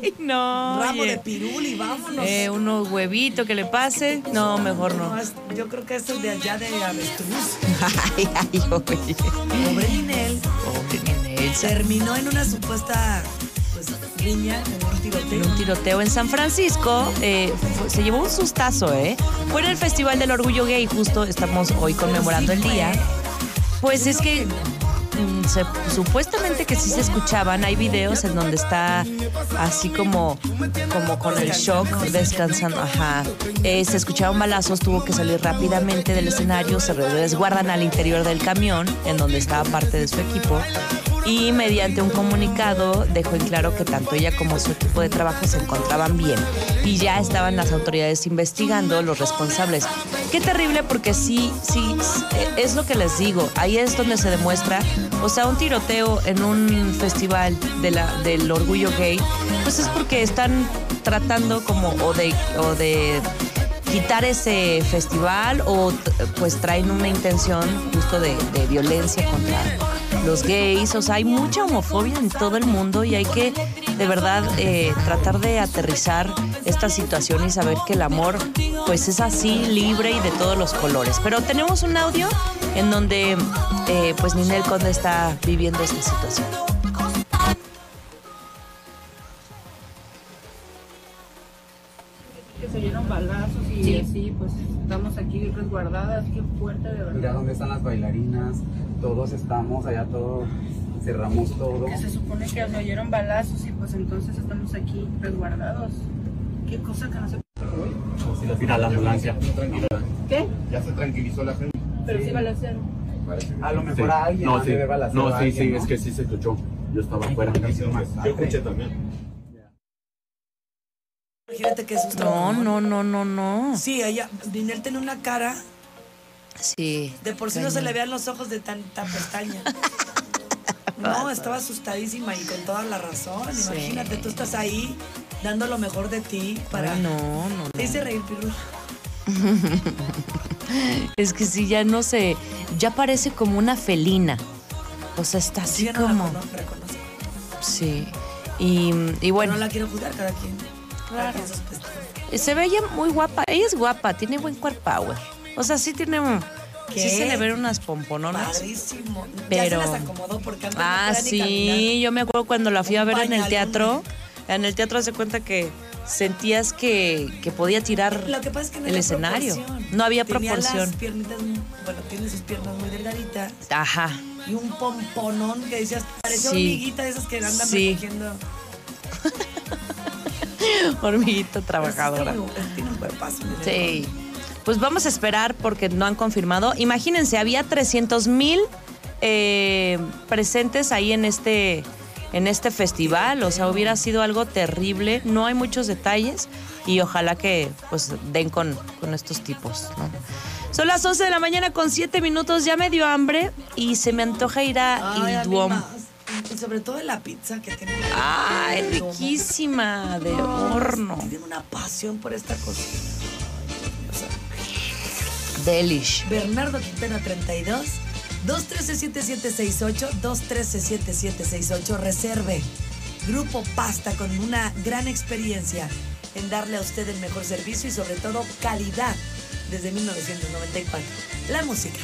Ay, no. Ramo oye. de piruli, vámonos. Eh, unos huevitos que le pase. No, mejor No, no. es- yo creo que esto es de allá de avestruz. Ay, ay, oye. Pobre Ninel Pobre Ninel, se terminó en una supuesta pues, riña, en un tiroteo. en un tiroteo en San Francisco. eh, fu- se llevó un sustazo, ¿eh? Fue en el Festival del Orgullo Gay, justo estamos hoy conmemorando el día. Pues es que mm, se- supuestamente que sí se escuchaban, hay videos en donde está así como, como con el shock, descansando, ajá. Eh, se escucharon balazos, tuvo que salir rápidamente del escenario, se resguardan al interior del camión, en donde estaba parte de su equipo, y mediante un comunicado dejó en claro que tanto ella como su equipo de trabajo se encontraban bien y ya estaban las autoridades investigando los responsables. Qué terrible porque sí, sí, s- eh, es lo que les digo, ahí es donde se demuestra, o sea, un tiroteo en un festival de la, del orgullo gay, pues es porque están tratando como o de, o de quitar ese festival o t- pues traen una intención justo de, de violencia contra los gays. O sea, hay mucha homofobia en todo el mundo y hay que de verdad eh, tratar de aterrizar esta situación y saber que el amor pues es así, libre y de todos los colores. Pero tenemos un audio en donde eh, pues Ninel Conde está viviendo esta situación. que se dieron balazos y así, pues estamos aquí resguardadas, qué fuerte de Mira verdad. dónde están las bailarinas, todos estamos allá, todo, cerramos todo. Que se supone que se oyeron balazos y pues entonces estamos aquí resguardados. Qué cosa que no se... Mira la ambulancia. ¿Qué? Ya se tranquilizó la gente. Pero sí balacearon. A lo mejor Sí. a alguien no, más sí. le debe balazo no, a sí, alguien, sí, ¿no? es que sí se escuchó. Yo estaba afuera. Yo escuché también. Imagínate qué susto. No, no, no, no, no. Sí, ella, Ninel tenía una cara, Sí. de por sí no se le vean los ojos de tanta pestaña. No, estaba asustadísima y con toda la razón. Sí. Imagínate, tú estás ahí dando lo mejor de ti para... Ay, no, no, Te hice reír, Pirul. Es que sí, ya no sé, ya parece como una felina. O sea, está así Sí, yo no la como. cono- reconozco. Sí. Y, y Pero bueno, no la quiero juzgar cada quien. Cada quien sus pestañas. se ve ella muy guapa. Ella es guapa, tiene buen core power. O sea, sí tiene. un- Sí ¿Qué? se le ven unas pompononas. Padrísimo. Pero- Ya se las acomodó porque antes Ah, no podía ni sí, yo me acuerdo cuando la fui a Un ver en el pañalón. teatro. En el teatro hace cuenta que sentías que, que podía tirar caminar. Lo que pasa es que no el había escenario. proporción. No había Tenía proporción. Las piernitas, muy- bueno, tiene sus piernas muy delgaditas Ajá. y un pomponón que decías, parecía Sí. hormiguita de esas que andan Sí. recogiendo. Hormiguita trabajadora. Tiene un- Tiene un cuerpazo. mi Sí. Pues vamos a esperar porque no han confirmado. Imagínense, había 300 mil eh, presentes ahí en este, en este festival. O sea, hubiera sido algo terrible. No hay muchos detalles y ojalá que pues den con, con estos tipos. ¿no? Son las 11 de la mañana con 7 minutos. Ya me dio hambre y se me antoja ir a Ay, a Il mí Duomo. más. Y sobre todo la pizza que tiene. Ay, El Duomo. riquísima de horno. Tienen una pasión por esta cocina. O sea, Delish. Bernardo Quintana 32 213-7768 213-7768 reserve Grupo Pasta con una gran experiencia en darle a usted el mejor servicio y sobre todo calidad desde 1994 la música